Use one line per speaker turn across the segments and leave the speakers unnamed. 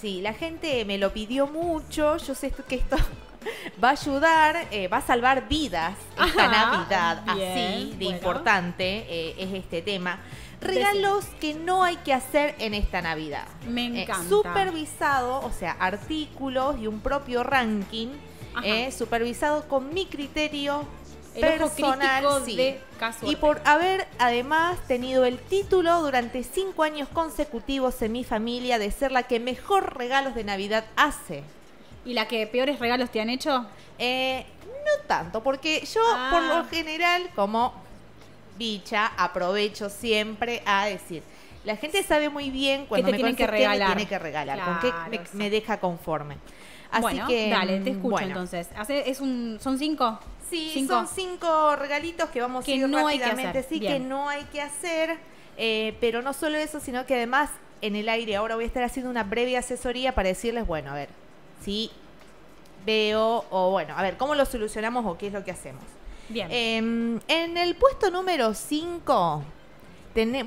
Sí, la gente me lo pidió mucho. Yo sé que esto va a ayudar, eh, va a salvar vidas esta
Ajá,
Navidad.
bien,
Así de
bueno.
importante eh, es este tema. Regalos que no hay que hacer en esta Navidad.
Me
Eh,
encanta.
supervisado, o sea, artículos y un propio ranking.
Ajá.
eh, supervisado con mi criterio
El ojo
personal.
crítico
sí.
de Casu
Y por haber además tenido el título durante cinco años consecutivos en mi familia de ser la que mejor regalos de Navidad hace.
¿Y la que peores regalos te han hecho?
Eh, no tanto, porque yo
Ah.
por lo general, como bicha, aprovecho siempre a decir. La gente sabe muy bien cuando
te
me
tienen que
conoce qué me
regalar.
tiene que regalar, con
Claro,
qué me-
sí.
me, deja conforme. Así
bueno,
que mm,
dale, te escucho
bueno.
entonces. Hace- es un, ¿Son cinco?
Sí,
Cinco.
son cinco regalitos que vamos
Que
a ir
no hay que
rápidamente,
hacer.
sí, que
Bien.
no hay que hacer. eh, pero no solo eso, sino que además en el aire ahora voy a estar haciendo una breve asesoría para decirles, bueno, a ver, si veo, o bueno, a ver, ¿cómo lo solucionamos o qué es lo que hacemos?
Bien.
Eh, en el puesto número 5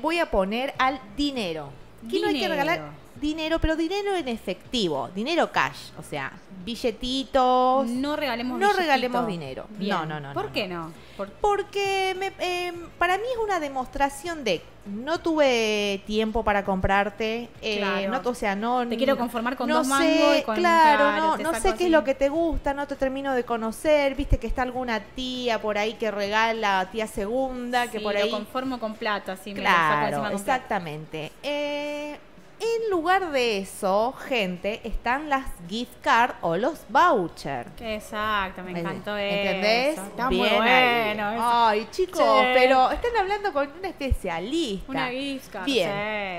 voy a poner al dinero. Aquí no hay que
Dinero.
regalar dinero, pero dinero en efectivo, dinero cash, o sea, billetitos,
no regalemos
no
billetito.
regalemos dinero. No,
Bien.
no, no,
¿Por
no,
qué no? Por-
Porque me- eh, para mí es una demostración de no tuve tiempo para comprarte, eh,
Claro.
no, o sea, no
Te quiero conformar con
Mm, no
dos mangos
sé,
y con
claro, no,
te
no
saco
sé qué es
así.
lo que te gusta, no te termino de conocer, viste que está alguna tía por ahí que regala, tía segunda, que
Sí,
por
lo
ahí
conformo con plata, así me lo saco
Claro,
encima con plata.
exactamente. Eh, en lugar de eso, gente, están las gift card o los vouchers.
Exacto, me encantó
¿Entendés?
eso. Está muy
Bien ahí.
bueno. eso.
Ay, chicos,
Sí.
pero están hablando con un especialista.
Una Ah. gift card.
Bien.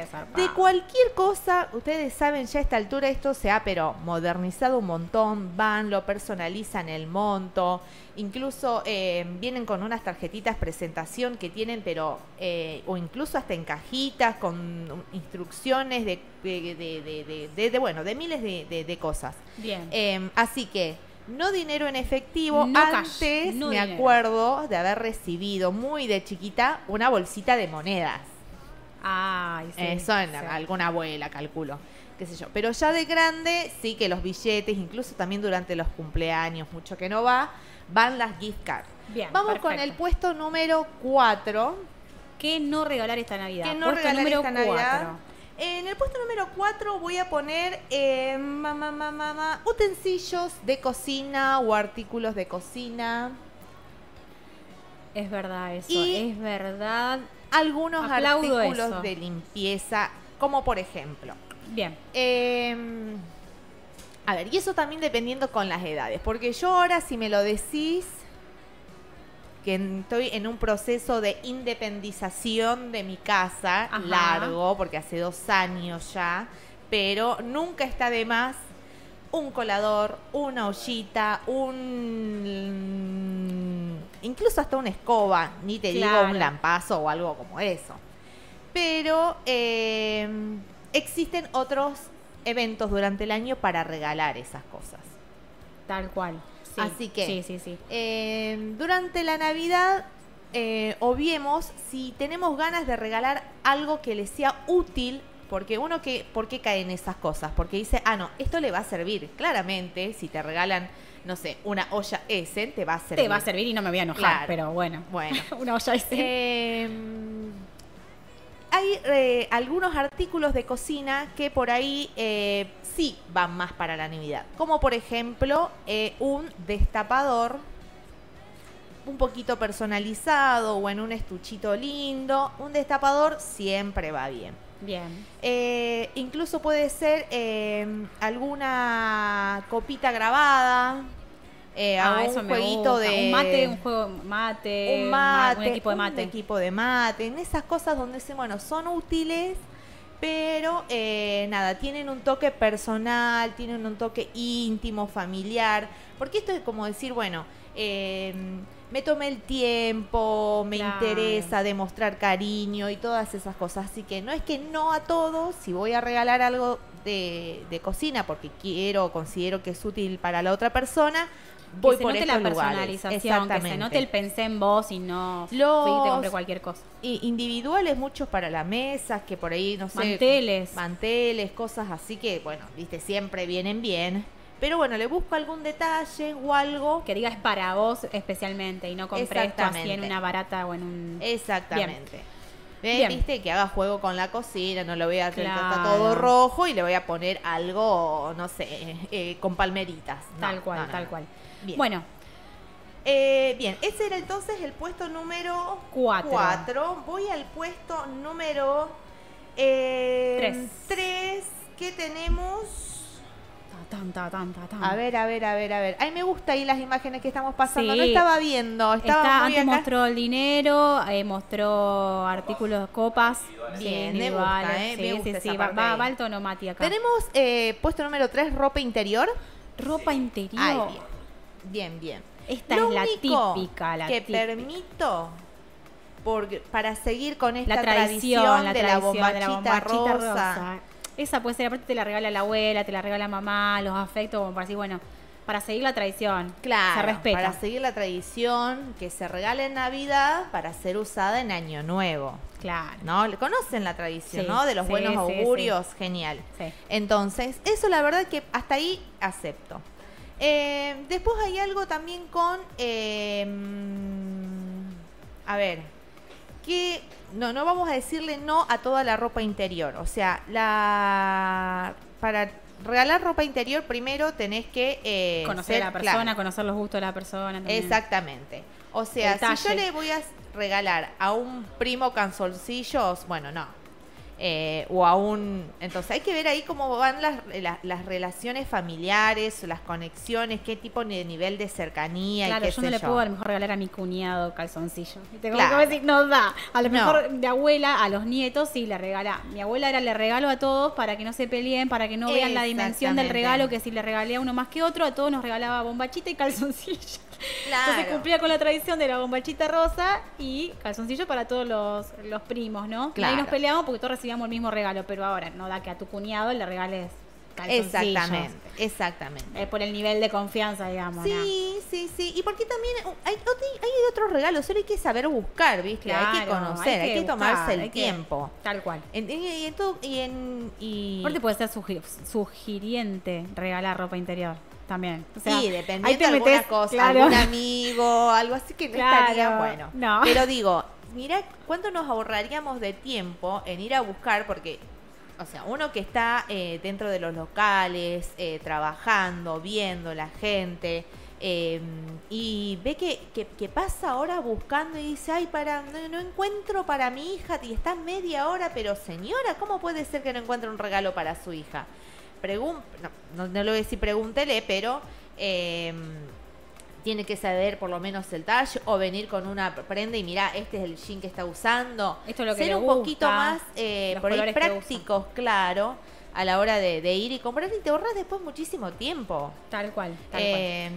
sí, zarpado.
De cualquier cosa, ustedes saben ya a esta altura esto se ha pero modernizado un montón, van, lo personalizan el monto, incluso eh, vienen con unas tarjetitas presentación que tienen pero, eh, o incluso hasta en cajitas con instrucciones de, de- de- de- de- de- de, bueno, de miles de- de- de cosas.
Bien.
Eh, así que no dinero en efectivo.
No cash,
Antes
no
me
dinero.
acuerdo de haber recibido muy de chiquita una bolsita de monedas.
Ay, sí.
Eso en
sí.
alguna abuela, calculo. Qué sé yo. Pero ya de grande, sí que los billetes, incluso también durante los cumpleaños, mucho que no va, van las gift cards.
Bien,
Vamos con
perfecto.
el puesto número 4.
¿Qué no regalar esta Navidad?
Que no
Puesto
regalar
número
esta Navidad.
cuatro.
En el puesto número 4 voy a poner eh, ma, ma, ma, ma, ma, utensilios de cocina o artículos de cocina.
Es verdad eso,
Y-
es verdad.
Algunos
Aplaudo
artículos
eso.
de limpieza, como por ejemplo.
Bien.
eh, a ver, y eso también dependiendo con las edades, porque yo ahora si me lo decís, que en- estoy en un proceso de independización de mi casa,
Ajá.
largo, porque hace dos años ya, pero nunca está de más un colador, una ollita, un... incluso hasta una escoba, ni te digo
Claro.
un lampazo o algo como eso. Pero eh, existen otros eventos durante el año para regalar esas cosas.
Tal cual. Sí.
Así que-
Sí, sí, sí.
Eh, durante la Navidad, eh, obviemos si tenemos ganas de regalar algo que le sea útil, porque uno que, ¿por qué cae en esas cosas? Porque dice, ah, no, esto le va a servir. Claramente, si te regalan, no sé, una olla Essen, te va a servir.
Te va a servir y no me voy a enojar,
Claro.
pero bueno.
Bueno.
Una olla de cena.
Eh, hay eh, algunos artículos de cocina que por ahí eh, sí van más para la Navidad. Como por ejemplo eh, un destapador un poquito personalizado o en un estuchito lindo. Un destapador siempre va bien.
Bien.
Eh, incluso puede ser eh, alguna copita grabada. eh,
Ah,
algún
eso me
jueguito
gusta.
de
Un mate, un juego mate.
un
ma-
mate,
Un Eh, equipo de mate.
Un equipo de mate, en esas cosas donde dicen, bueno, son útiles, pero eh, nada, tienen un toque personal, tienen un toque íntimo, familiar, porque esto es como decir, bueno, eh, me tomé el tiempo, me
Claro.
interesa demostrar cariño y todas esas cosas, así que no es que no a todos, si voy a regalar algo de, de cocina porque quiero, considero que es útil para la otra persona, voy
que se
por
note
estos
la
lugares.
personalización, que se note el pensé en vos y no fui y te
Los-
compré cualquier cosa.
Y individuales, muchos para las mesas, que por ahí, no sé.
Manteles.
Manteles, cosas así que, bueno, viste, siempre vienen bien. Pero bueno, le busco algún detalle o algo.
Que digas para vos especialmente y no compré esto así en
Exactamente. Eh,
una barata o en un...
Exactamente. Ve,
Bien.
Viste que haga juego con la cocina, no lo voy a hacer
Claro.
todo rojo y le voy a poner algo, no sé, eh, con palmeritas. No,
tal cual,
no, no,
tal
no.
cual.
Bien.
Bueno,
Eh, bien, ese era entonces el puesto número
Cuatro.
4. Voy al puesto número 3.
Tres.
que tenemos.
ta, tan, ta, tan, ta, tan.
A ver, a ver, a ver, a ver. Ay, me gusta ahí las imágenes que estamos pasando.
Sí.
No estaba viendo, estaba
Está-
muy
antes
acá.
mostró el dinero, eh, mostró artículos, copas. sí,
Bien, me
individuales,
gusta, eh,
sí,
me
sí,
gusta
sí,
esa
va,
parte
va,
ahí.
va el tono Mati acá.
Tenemos eh, puesto número 3, ropa interior.
ropa interior.
Ay, bien, bien, bien.
Esta
Lo
es la
único
típica, la
que
típica.
permito porque, para seguir con esta
la tradición, la
de, la
tradición de la
bombachita
bombachita rosa.
rosa.
Esa puede ser, aparte te la regala la abuela, te la regala mamá, los afectos, como para decir, bueno, para seguir la tradición.
Claro,
Se respeta.
para seguir la tradición que se regala en Navidad para ser usada en Año Nuevo.
Claro.
¿No? Conocen la tradición,
Sí,
¿no? De los
sí,
buenos
sí,
augurios, genial.
Sí.
Entonces, eso la verdad que hasta ahí acepto. Eh, después hay algo también con. eh, mm, a ver. Que. No, no vamos a decirle no a toda la ropa interior. O sea, la. Para regalar ropa interior, primero tenés que. eh,
Conocer a la
ser-
persona,
claro,
conocer los gustos de la persona. también.
Exactamente. O sea, si yo
Detalle.
le voy a regalar a un primo canzoncillos, bueno, no. Eh, o a un... Entonces hay que ver ahí cómo van las, la- las relaciones familiares, las conexiones, qué tipo de nivel de cercanía y
Claro,
qué
yo
sé
no le
yo.
puedo a lo mejor regalar a mi cuñado calzoncillo. ¿Viste? Como
Claro.
que vos decís, no da. A lo
No.
mejor de abuela, a los nietos sí le regala. Mi abuela era le regalo a todos para que no se peleen, para que no vean la dimensión del
Exactamente.
regalo, que si le regalé a uno más que otro, a todos nos regalaba bombachita y calzoncillo. Entonces
Claro.
cumplía con la tradición de la bombachita rosa y calzoncillo para todos los, los primos, ¿no? Y Ahí
Claro.
nos peleamos porque todos recibíamos el mismo regalo, pero ahora no da que a tu cuñado le regales calzoncillos.
Exactamente, exactamente.
Eh, por el nivel de confianza, digamos. ¿no?
Sí, sí, sí. Y porque también uh, hay, ot- hay otros regalos, solo hay que saber buscar, ¿viste? hay que
Claro,
conocer, hay que, tomarse
buscar,
el
hay que-
tiempo.
tal cual.
En- y, y en todo- y en- y-
Aparte puede ser sugi- sugiriente regalar ropa interior también. O sea,
sí,
ahí
dependiendo
te
de alguna
metes,
cosa,
claro.
algún amigo, algo así que no
Claro,
estaría bueno.
no.
Pero digo, mira cuánto nos ahorraríamos de tiempo en ir a buscar, porque, o sea, uno que está eh, dentro de los locales, eh, trabajando, viendo la gente. eh, y ve que, que- que pasa ahora buscando y dice, ay, para, no, no encuentro para mi hija, y está media hora, pero señora, ¿cómo puede ser que no encuentre un regalo para su hija? pregun no, no, no le voy a decir pregúntele, pero eh, tiene que saber por lo menos el talle o venir con una prenda y mira, este es el jean que está usando.
Esto es lo que
Ser
le
un poquito
gusta,
más eh,
los
por ahí
colores que usa.
prácticos, claro, a la hora de, de ir y comprar y te ahorras después muchísimo tiempo.
Tal cual, tal
Eh,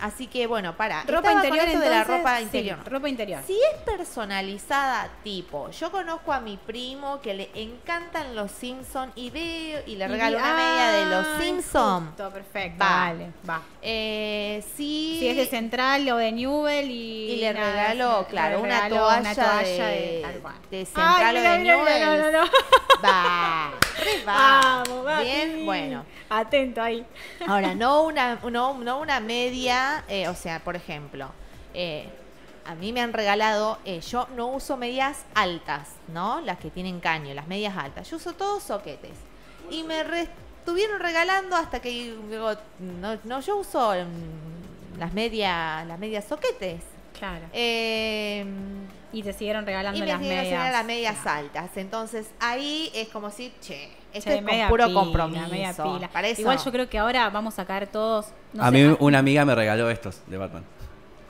así que bueno, para.
cual. Ropa
Estaba con
interior,
esto de la
entonces,
ropa
sí,
interior.
ropa interior.
Si es personalizada, tipo, yo conozco a mi primo que le encantan los Simpsons y veo y le regalo
Y-
una media de los
ay,
Simpsons.
justo, perfecto.
Va.
Vale, va.
Eh, sí,
Si es de Central o de Newell y...
y le
nada,
regalo,
le
claro, una,
regalo
toalla
una toalla
de,
tal cual.
de
Ay,
Central o
mira,
de
mira, mira,
Newell's.
no, no, no.
Va, re va.
Vamos, va.
Bien, bueno.
Atento ahí.
Ahora, no una, no, no una media, eh, o sea, por ejemplo, eh, a mí me han regalado, eh, yo no uso medias altas, ¿no? Las que tienen caño, las medias altas. Yo uso todos soquetes. Y me re- estuvieron regalando hasta que digo, no, no, yo uso mm, las medias, las medias soquetes.
Claro.
Eh,
Y te siguieron regalando
y me
las
tienen que
medias.
enseñar las medias
Claro.
altas. Entonces ahí es como si, che, esto
Che,
es con
media
puro
pila,
compromiso.
media pila.
Para eso-
Igual yo creo que ahora vamos a caer todos. no
a
sé,
mí
ah,
una amiga me regaló estos de Batman.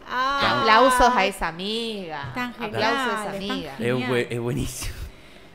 ah,
Tan-
La usos a esa amiga.
Tan
Aplausos a esa
geniales, tan
amiga.
Es,
Genial.
bu- es buenísimo.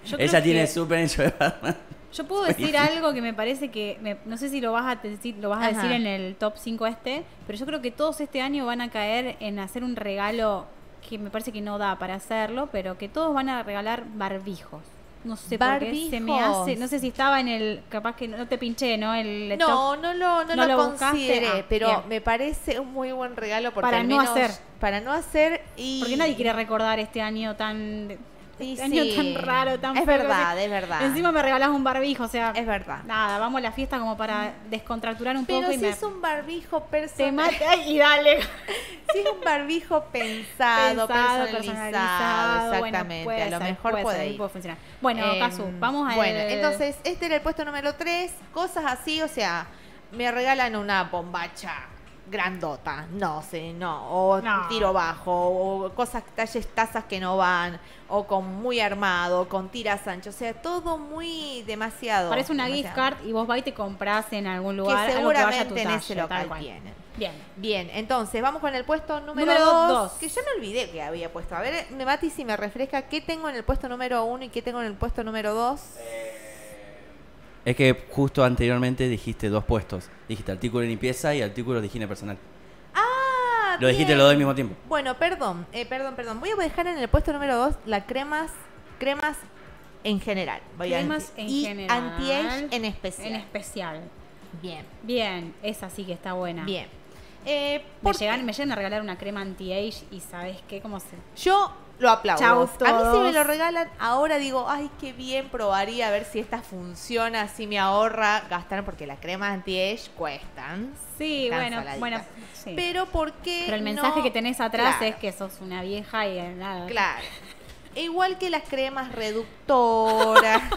Yo creo
Ella tiene
que-
su pencho de Batman.
Yo puedo decir algo que me parece que. me- no sé si lo vas a decir, lo vas a
Ajá.
decir en el top 5 este, pero yo creo que todos este año van a caer en hacer un regalo que me parece que no da para hacerlo, pero que todos van a regalar barbijos. no sé por
Barbie
qué se me
House.
hace, no sé si estaba en el, capaz que no te pinché, ¿no? El top.
No, no lo, no
¿No
lo
lo buscaste?
consideré,
Ah,
pero
bien.
me parece un muy buen regalo porque
Para
al
no
menos-
hacer.
Para no hacer y...
Porque nadie quiere recordar este año tan,
Y
este año
sí.
tan raro, tan
Es
feo.
verdad, es verdad.
Encima me regalás un barbijo, o sea,
Es verdad.
nada, vamos a la fiesta como para descontracturar un
Pero
poco y
si
me
es un barbijo
te
personal,
mata y dale.
si es un barbijo pensado,
Pensado, personalizado,
personalizado,
bueno,
exactamente,
puede
a lo
ser,
mejor puede,
ser,
ir.
puede funcionar. Bueno,
Em,
Casu, vamos a
Bueno, entonces, este era el puesto número 3, cosas así, o sea, me regalan una bombacha grandota, no sé, no, o
No.
tiro bajo, o cosas, talles, tazas que no van, o con muy armado, con tiras anchas, o sea, todo muy demasiado.
parece una gift
demasiado.
card y vos vas y te compras en algún lugar
que
algo que vaya a tu
seguramente en
talla,
ese
tal
local
cual.
tienen.
Bien.
Bien, entonces vamos con el puesto número
Número
2.
dos.
Que ya me olvidé que había puesto. A ver, me Mati, si me refresca, ¿qué tengo en el puesto número 1 y qué tengo en el puesto número 2?
Es que justo anteriormente dijiste dos puestos. Dijiste artículo de limpieza y artículo de higiene personal.
Ah,
Lo dijiste
bien.
los dos al mismo tiempo.
Bueno, perdón, eh, perdón, perdón. Voy a dejar en el puesto número 2 las cremas, cremas en general. Voy a
Cremas
decir.
en
y
general.
anti-age en especial.
En especial.
bien,
Bien, esa sí que está buena.
bien. Eh,
Ah. Me
por-
llegan, me llegan a regalar una crema anti-age y sabes qué, cómo se...
Yo lo aplaudo.
Chau,
A mí si me
todos.
lo regalan, ahora digo, ay, qué bien, probaría a ver si esta funciona, si me ahorra gastar, porque las cremas anti-age cuestan.
Sí,
Están
bueno,
saladitas.
bueno, sí. Pero,
Pero ¿por qué
el mensaje
no-
que tenés atrás
Claro,
es que sos una vieja y eh, nada.
Claro. Igual que las cremas reductoras.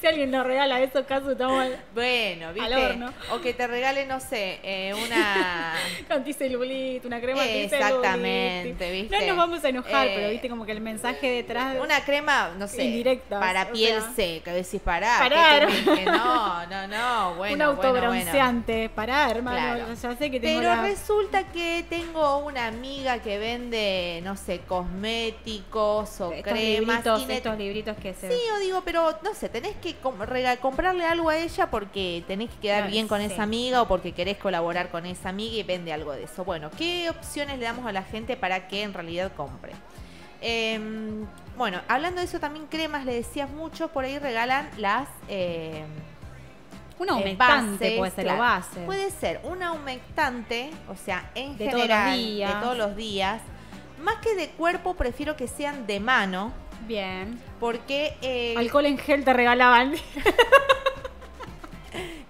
Si alguien nos regala esos casos, estamos
bueno, ¿viste?
horno.
O que te regalen, no sé, eh, una...
anticelulite, una crema anticelulite.
Exactamente, ¿viste?
No nos vamos a enojar,
Eh,
pero viste como que el mensaje detrás...
Una crema, no sé,
Indirectas,
para
o
piel
sea.
seca, decís, pará, ¿qué
Parar.
te dije? no, no, no, bueno, bueno,
un
bueno.
autobronceante. Pará, hermano,
Claro.
ya sé que tengo
Pero
la-
resulta que tengo una amiga que vende, no sé, cosméticos o
estos
cremas.
libritos,
y ne-
estos libritos que se...
Sí, yo digo, pero no sé, tenés que com- rega- comprarle algo a ella porque tenés que quedar
Claro,
bien con
sí.
esa amiga o porque querés colaborar con esa amiga y vende algo de eso. Bueno, ¿qué opciones le damos a la gente para que en realidad compre? Em, bueno, hablando de eso también, cremas, le decías mucho, por ahí regalan las... em,
Un
eh,
aumentante
bases,
puede ser,
claro.
o base.
Puede ser un aumentante, o sea, en
De todos los
general,
días.
de todos los días. Más que de cuerpo, prefiero que sean de mano,
Bien.
porque eh,
Alcohol en gel te regalaban.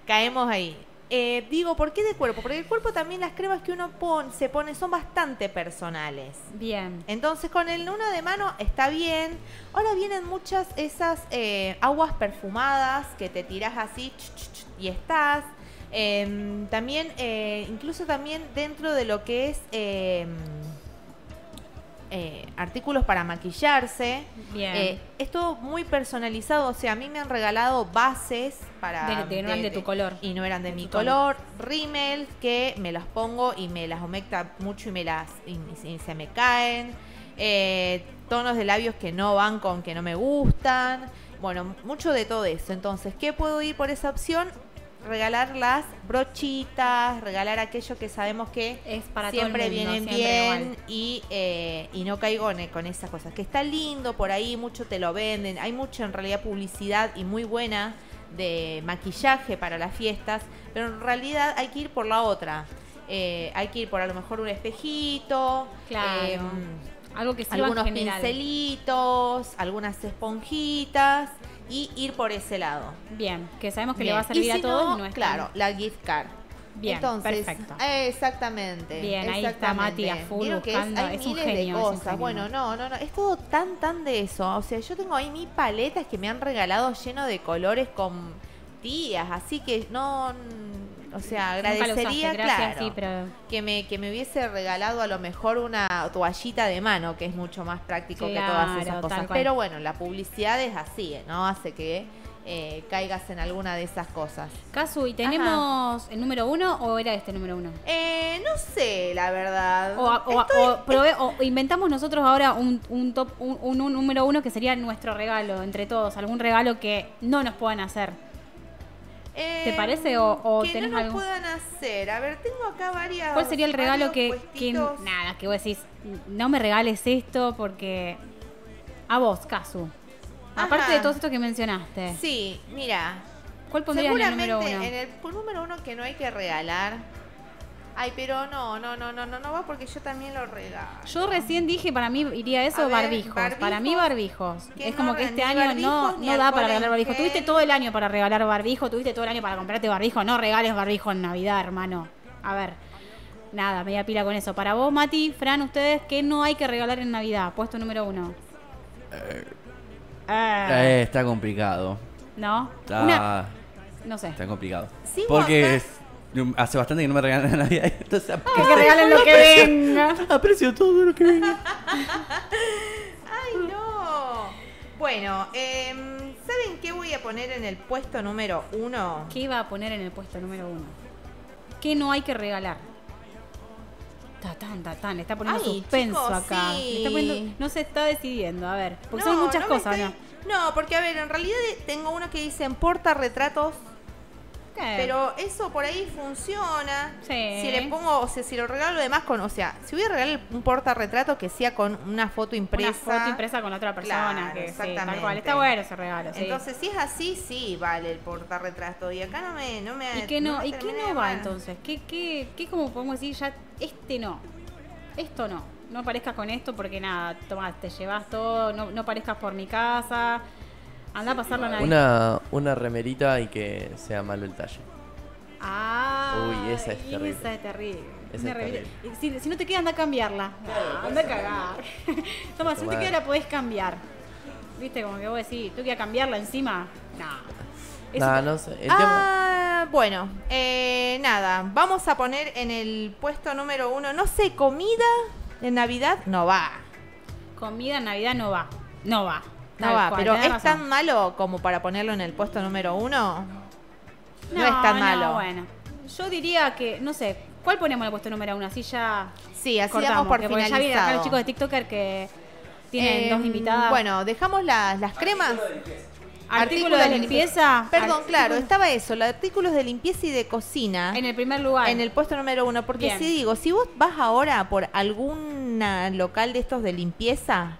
caemos ahí. Eh, digo, ¿por qué de cuerpo? Porque el cuerpo también las cremas que uno pon- se pone son bastante personales.
Bien.
Entonces con el uno de mano está bien. Ahora vienen muchas esas eh, aguas perfumadas que te tirás así ch, ch, ch, y estás. Em, también, eh, incluso también dentro de lo que es em, eh, artículos para maquillarse.
Bien.
Eh, es todo muy personalizado, o sea, a mí me han regalado bases para...
De- de- no eran de tu color.
ah, Y no eran de, mi
tu tono.
color, rímel que me las pongo y me las humecta mucho y me las y- y se me caen, eh, tonos de labios que no van con que no me gustan, bueno, mucho de todo eso. Entonces, ¿qué puedo ir por esa opción? Regalar las brochitas, regalar aquello que sabemos que
es para
siempre
todo el mundo,
vienen
siempre
bien y, eh, y no caigo en- con esas cosas. Que está lindo por ahí, mucho te lo venden. Hay mucha en realidad publicidad y muy buena de maquillaje para las fiestas, pero en realidad hay que ir por la otra. Eh, hay que ir por a lo mejor un espejito, em,
Claro. igual. Algo que sirva
algunos
en general.
pincelitos, algunas esponjitas y ir por ese lado.
Bien, que sabemos que
Bien.
le va a servir
Y si
a todos
no,
y no es tan-
Claro, la gift card.
Bien,
Entonces,
perfecto.
eh, exactamente.
Bien, ahí está
exactamente.
Mati a full
Vieron que es-
buscando,
hay
es un
miles de
genio, es un
cosas.
genio.
Bueno, no, no, no. Es todo tan, tan de eso. O sea, yo tengo ahí mis paletas que me han regalado lleno de colores con tías. Así que no. mm, O sea,
Nunca lo usaste,
agradecería,
gracias,
claro,
sí, pero
que, me, que me hubiese regalado a lo mejor una toallita de mano, que es mucho más práctico que todas
Claro,
esas
tal
cosas.
cual.
Pero bueno, la publicidad es así, ¿eh? ¿no? Hace que eh, caigas en alguna de esas cosas.
Casu, ¿y tenemos el número uno o era este número uno?
Eh, no sé, la verdad.
O, o- o prove- o inventamos nosotros ahora un, un top, un, un- un número uno que sería nuestro regalo entre todos, algún regalo que no nos puedan hacer.
Eh,
parece o- o
que
tenés
no nos
algo?
puedan hacer? A ver, tengo acá varias.
¿Cuál sería el regalo
varios
que, que-
puestitos.
nada, que vos decís, no me regales esto porque A vos, Casu.
Ajá.
Aparte de todo esto que mencionaste,
Sí, mira.
¿cuál pondrías en el
Seguramente
número uno?
en el pu- número uno que no hay que regalar. Ay, pero no, no, no, no, no, no va porque yo también lo regalo.
Yo recién dije, para mí iría eso,
A ver,
barbijos. Para mí, barbijos.
¿Quién
Es como
no
que este
ni
año no,
barbijos, ni
no da para
alcohol en
regalar barbijo.
gel?
Tuviste todo el año para regalar barbijo, tuviste todo el año para comprarte barbijo. No regales barbijo en Navidad, hermano. A ver, nada, media pila con eso. Para vos, Mati, Fran, ustedes, ¿qué no hay que regalar en Navidad? Puesto número uno. Eh,
Eh, está complicado.
¿No?
Está,
Una- no sé.
está complicado.
Sí,
Porque
vos-
es- hace bastante que no me regalan en Navidad. Entonces
Que
aprecio,
te regalen lo que venga.
aprecio todo lo que venga.
Ay, no. Bueno, em, ¿saben qué voy a poner en el puesto número uno?
¿Qué iba a poner en el puesto número uno? ¿Qué no hay que regalar? Tatán, tatán, le está poniendo
Ay,
suspenso
chicos,
acá.
sí.
Le está poniendo- no se está decidiendo, a ver. Porque son
no
muchas
me
cosas,
estoy-
¿no?
No, porque a ver, en realidad tengo uno que dice porta retratos
¿Qué?
Pero eso por ahí funciona.
Sí.
Si le pongo, o sea, si lo regalo además con, o sea, si voy a regalar un portarretrato que sea con una foto impresa.
una foto impresa con otra persona.
Claro,
que, sí, tal cual.
exactamente.
Está bueno ese regalo, sí.
Entonces, si es así, sí vale el portarretrato. Y acá no me, no me
¿Y qué no,
me
¿y qué
termina de
no va
llamar.
entonces? ¿Qué, qué, ¿Qué como podemos decir ya? Este no. Esto no. No parezcas con esto porque nada, tomá, te llevas todo, no, no parezcas por mi casa. Anda a pasarlo a nadie.
Una, una remerita y que sea malo el talle.
Ah,
Uy, esa es terrible.
Esa es terrible.
Esa
Una
es
rebelde.
terrible.
Y Si, si no te queda, anda a cambiarla. Ah, anda a cagar. Toma, si no te
Tomá.
queda, la podés cambiar. Viste, como que vos decís, ¿tú quieres cambiarla encima? No. Eso-
No, no sé. El tema.
Ah, bueno, eh, nada, vamos a poner en el puesto número uno, no sé, comida en Navidad no va.
Comida en Navidad no va. No va.
No
Tal
va,
cual,
pero
tenés
¿es
razón.
tan malo como para ponerlo en el puesto número uno? No,
No,
es tan
no,
malo.
bueno. Yo diría que, no sé, ¿cuál ponemos en el puesto número uno? Así ya
Sí, así
cortamos.
damos por
que porque ya
finalizado.
vienen acá los chicos de TikToker que tienen
Eh,
dos invitadas.
Bueno, dejamos las, las cremas.
artículo de limpieza.
Perdón,
Artículo-
claro, estaba eso, los artículos de limpieza y de cocina
En
en el,
el primer lugar.
puesto número uno. Porque
Bien.
si digo, si vos vas ahora por algún local de estos de limpieza,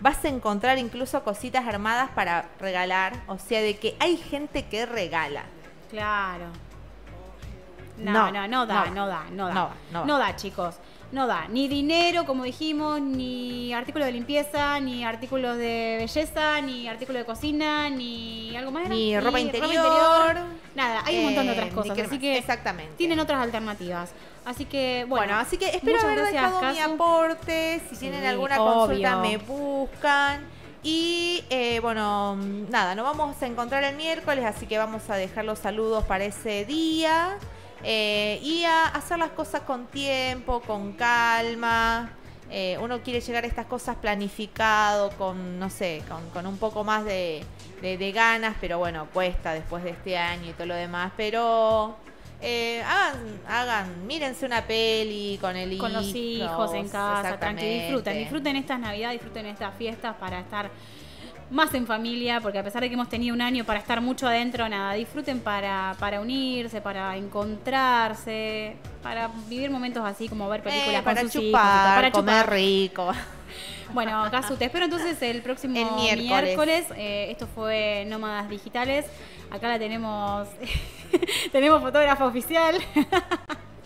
vas a encontrar incluso cositas armadas para regalar. O sea, de que hay gente que regala.
Claro. No,
No,
no, no, da, no,
no.
da, no da.
No va, no va.
da, chicos. No da. Ni dinero, como dijimos, ni artículos de limpieza, ni artículos de belleza, ni artículo de cocina, ni algo más. era?
Ni ropa interior.
Nada, hay un montón de otras
Eh, ni
cosas.
qué
Así
más.
que
Exactamente.
tienen otras alternativas. Así que, bueno.
Eh, Bueno, así que espero
muchas
haber
gracias,
dejado mi
Casu.
aporte. Si tienen
Sí,
alguna
obvio.
consulta, me buscan. Y eh, bueno, mm, nada, nos vamos a encontrar el miércoles, así que vamos a dejar los saludos para ese día. eh, y a hacer las cosas con tiempo, con calma. Eh, uno quiere llegar a estas cosas planificado, con, no sé, con, con un poco más de, de- de ganas, pero bueno, cuesta después de este año y todo lo demás. Pero eh, hagan, hagan, mírense una peli con el
con los hijos en casa, tranqui,
tranquilo
disfruten, disfruten estas navidades, disfruten estas fiestas para estar más en familia, porque a pesar de que hemos tenido un año para estar mucho adentro, nada, disfruten para, para unirse, para encontrarse, para vivir momentos así como ver películas con
Eh, para
sus
chupar,
hijos, para
comer
chupar.
rico.
Bueno, Casu, te espero entonces el próximo
El
miércoles.
miércoles.
Eh, esto fue Nómadas Digitales. Acá la tenemos, tenemos fotógrafa oficial.